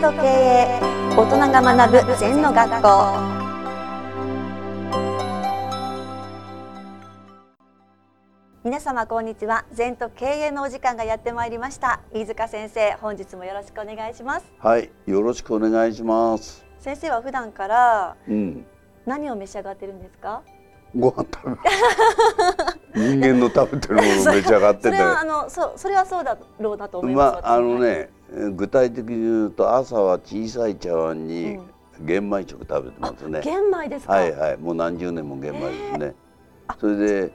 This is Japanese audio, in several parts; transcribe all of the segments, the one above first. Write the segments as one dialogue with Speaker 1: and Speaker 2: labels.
Speaker 1: と経営大人が学ぶ禅の学校皆様こんにちは禅と経営のお時間がやってまいりました飯塚先生本日もよろしくお願いします
Speaker 2: はい、よろしくお願いします。
Speaker 1: 先生は普段から
Speaker 2: うん、
Speaker 1: 何を召し上がってるんですか
Speaker 2: ご飯食べる。人間の食べてるものめちゃがって
Speaker 1: そ
Speaker 2: て。
Speaker 1: れはあのそうそれはそうだろうなと思い
Speaker 2: ま
Speaker 1: ます
Speaker 2: あ、あの
Speaker 1: 私
Speaker 2: ね、具体的に言うと、朝は小さい茶碗に
Speaker 1: うん
Speaker 2: 玄米食食べてますね。
Speaker 1: 玄米ですか、
Speaker 2: はいはい、もう何十年も玄米ですね。それで、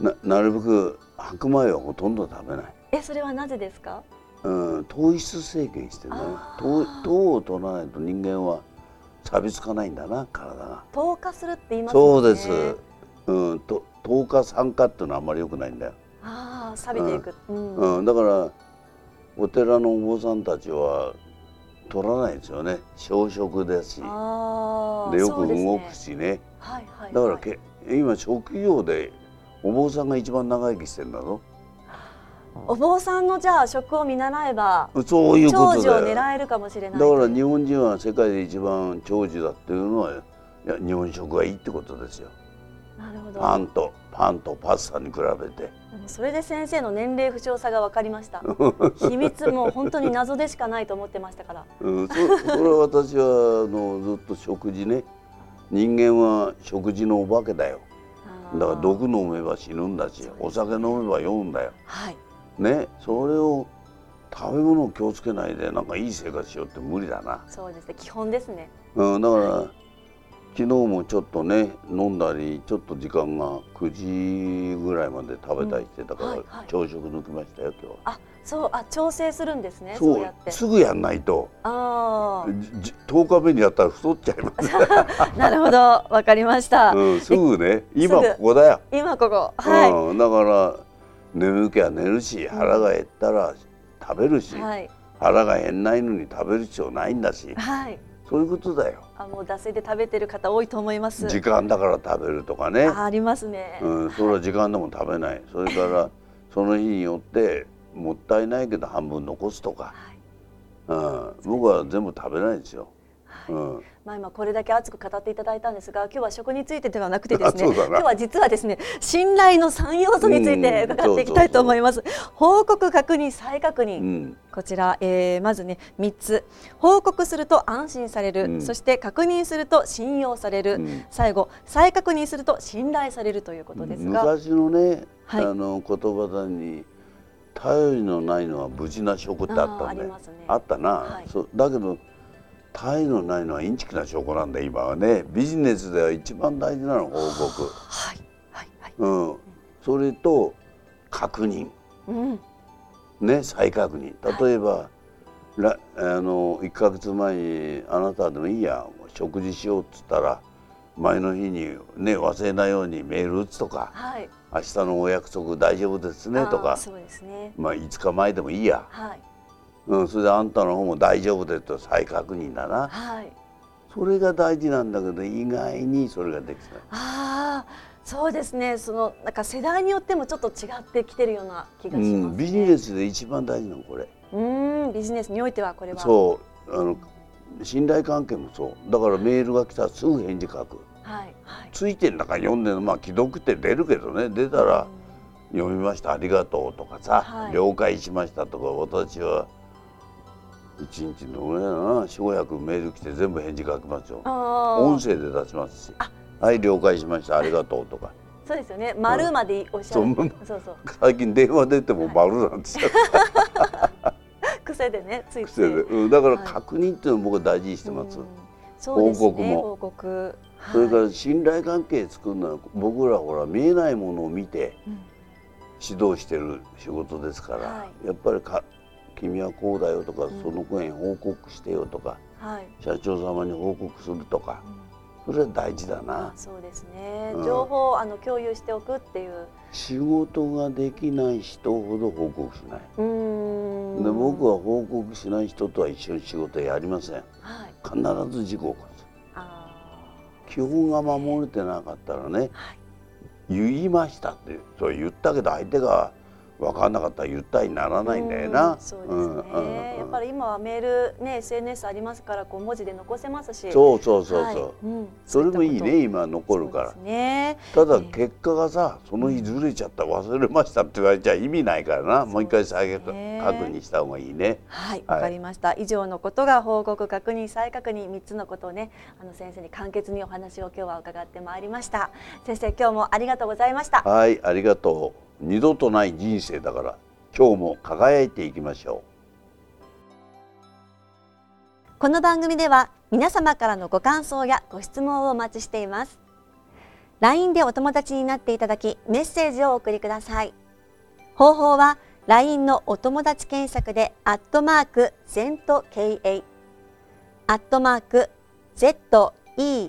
Speaker 2: な、なるべく白米はほとんど食べない。
Speaker 1: えそれはなぜですか
Speaker 2: うん、糖質制限してね
Speaker 1: あ、
Speaker 2: 糖
Speaker 1: ー、
Speaker 2: 糖を取らないと人間は。錆びつかないんだな、体が。
Speaker 1: 糖化するって言います
Speaker 2: そ
Speaker 1: よ
Speaker 2: う
Speaker 1: ね
Speaker 2: です。うん、と、糖化酸化っていうのはあんまり良くないんだよ。
Speaker 1: ああ錆びていく、うん
Speaker 2: うん、だから。お寺のお坊さんたちは。取らないですよね。小食ですし。
Speaker 1: ああ
Speaker 2: で、よ
Speaker 1: そ
Speaker 2: く
Speaker 1: うですね
Speaker 2: 動くしね。
Speaker 1: はいはいはい、
Speaker 2: だから、け、今職業で。お坊さんが一番長生きしてんだぞ。
Speaker 1: お坊さんのじゃあ職を見習えば
Speaker 2: そういうこ
Speaker 1: 長
Speaker 2: と
Speaker 1: 寿を
Speaker 2: だよ。
Speaker 1: 狙えるかもしれない
Speaker 2: だから日本人は世界で一番長寿だっていうのは。いや日本食がいいってことですよ
Speaker 1: なるほど
Speaker 2: パンとパンとパスタに比べて
Speaker 1: でもそれで先生の年齢不詳さが分かりました 秘密もう本当に謎でしかないと思ってましたから
Speaker 2: うん、そ それは私はあのずっと食事ね人間は食事のお化けだよ
Speaker 1: あー
Speaker 2: だから毒飲めば死ぬんだしお酒飲めば酔うんだよ
Speaker 1: はい
Speaker 2: ねそれを食べ物を気をつけないでなんかいい生活しようって無理だな、
Speaker 1: そうですね基本ですね
Speaker 2: うん、だから昨日もちょっとね飲んだりちょっと時間が9時ぐらいまで食べたりしてたから、
Speaker 1: うんはいはい
Speaker 2: 朝食抜きましたよ今日は
Speaker 1: あそうあ調整するんですねそう
Speaker 2: そ
Speaker 1: やって
Speaker 2: うすぐやんないと
Speaker 1: あ あ
Speaker 2: じ10日目にやったら太っちゃいます
Speaker 1: なるほど分かりました、
Speaker 2: うん、すぐね今
Speaker 1: すぐ
Speaker 2: ここだよ、
Speaker 1: 今ここはい、
Speaker 2: うん、だから眠きゃ寝るし腹が減ったら食べるし、
Speaker 1: はい
Speaker 2: 腹が減んないのに食べる必要ないんだし
Speaker 1: はい
Speaker 2: そういうことだよ
Speaker 1: あもう惰性で食べてる方多いと思います
Speaker 2: 時間だから食べるとかね、
Speaker 1: あありますね、
Speaker 2: うん、それは時間でも食べないそれからその日によってもったいないけど半分残すと
Speaker 1: は
Speaker 2: か、
Speaker 1: い
Speaker 2: うん、僕は全部食べないですよ。
Speaker 1: はい
Speaker 2: うん、
Speaker 1: まあ、今これだけ熱く語っていただいたんですが今日は食についてではなくてですね
Speaker 2: あそうだな
Speaker 1: 今日は実はですね信頼の3要素について
Speaker 2: うん
Speaker 1: 伺っていきたいと思います報告確認再確認、
Speaker 2: うん
Speaker 1: こちら、えーまずね3つ報告すると安心される、
Speaker 2: うん
Speaker 1: そして確認すると信用される、
Speaker 2: うん
Speaker 1: 最後再確認すると信頼されるということですが、
Speaker 2: 昔のね、
Speaker 1: はい
Speaker 2: あの言葉に頼りのないのは無事な証拠ってあった
Speaker 1: あーあ
Speaker 2: んだ
Speaker 1: り
Speaker 2: よ
Speaker 1: ますね
Speaker 2: あったな、
Speaker 1: はい
Speaker 2: そうだけど頼りのないのはインチキな証拠なんだ今はねビジネスでは一番大事なの報告、
Speaker 1: はいはいはい、
Speaker 2: うん、それと確認
Speaker 1: うん
Speaker 2: ね再確認例えば、らあの1か月前にあなたでもいいや食事しようっつったら前の日にね忘れないようにメール打つとか
Speaker 1: はい
Speaker 2: 明日のお約束大丈夫ですねと
Speaker 1: あー
Speaker 2: か
Speaker 1: そうですね
Speaker 2: まあ5日前でもいいや、
Speaker 1: はい
Speaker 2: うん、それであんたの方も大丈夫ですと再確認だな
Speaker 1: はい
Speaker 2: それが大事なんだけど意外にそれができてない
Speaker 1: ああ、そうですね。そのなんか世代によってもちょっと違ってきてるような気がし
Speaker 2: う
Speaker 1: ますね。
Speaker 2: ん、ビジネスで一番大事なのこれ
Speaker 1: うーん、ビジネスにおいてはこれは
Speaker 2: そうあの信頼関係もそうだからメールが来たらすぐ返事書く
Speaker 1: はいはい。
Speaker 2: ついてる中読んでるのまあ既読って出るけどね出たら「読みましたありがとう」とかさ、
Speaker 1: はい
Speaker 2: 了解しました」とか私は一日の俺な4500メール来て全部返事書きますよ
Speaker 1: あ
Speaker 2: 音
Speaker 1: あ、
Speaker 2: 声で出しますし
Speaker 1: あ
Speaker 2: 「はい了解しましたありがとう」とか
Speaker 1: そうですよね。丸までおっしゃる。
Speaker 2: そう
Speaker 1: そうそう。
Speaker 2: 最近電話出ても丸なんですよ
Speaker 1: 癖でね、ついつい。
Speaker 2: 癖で、うん、だから
Speaker 1: はい
Speaker 2: 確認っていうのを僕は大事にしてます、
Speaker 1: うんそうですね。
Speaker 2: 報告も
Speaker 1: 報告。はい
Speaker 2: それから信頼関係作るのは僕らほら見えないものを見て
Speaker 1: うん
Speaker 2: 指導してる仕事ですから、
Speaker 1: は
Speaker 2: やっぱりか君はこうだよとか、
Speaker 1: ん
Speaker 2: その子に報告してよとか
Speaker 1: はい。
Speaker 2: 社長様に報告するとか
Speaker 1: うん
Speaker 2: それは大事だな
Speaker 1: そうですね。
Speaker 2: うん
Speaker 1: 情報をあの共有しておくっていう。
Speaker 2: 仕事ができない人ほど報告しない、
Speaker 1: うーん。
Speaker 2: で僕
Speaker 1: は。
Speaker 2: は報告しない人とは一緒に仕事やりません
Speaker 1: はい。
Speaker 2: 必ず事故を起こす
Speaker 1: あ
Speaker 2: 基本が守れてなかったらね
Speaker 1: あ。はい。
Speaker 2: 言いましたってそれ言ったけど相手が分かんなかったら言ったりならないんだよ
Speaker 1: う
Speaker 2: な。
Speaker 1: そうですね、
Speaker 2: うんうんうん
Speaker 1: やっぱり今はメールね SNS ありますからこう文字で残せますし
Speaker 2: そうそうそうそう、
Speaker 1: はいうん
Speaker 2: それもいい
Speaker 1: そうったこ
Speaker 2: ね今残
Speaker 1: と
Speaker 2: るから
Speaker 1: そうですね
Speaker 2: ただ
Speaker 1: ね
Speaker 2: 結果がさその日ずれちゃった忘れましたって言われちゃ意味ないからなもう一回再確
Speaker 1: そうですね
Speaker 2: 認した方がいいね。
Speaker 1: はい
Speaker 2: はい
Speaker 1: わかりました、以上のことが報告確認再確認三つのことをねあの先生に簡潔にお話を今日は伺ってまいりました先生今日もありがとうございました
Speaker 2: はいありがとう二度とない人生だから今日も輝いていきましょう。
Speaker 1: この番組では皆様からのご感想やご質問をお待ちしています。LINE でお友達になっていただきメッセージをお送りください。方法は LINE のお友達検索でアットマーク ZENTKA アットマーク ZENTOKEIEI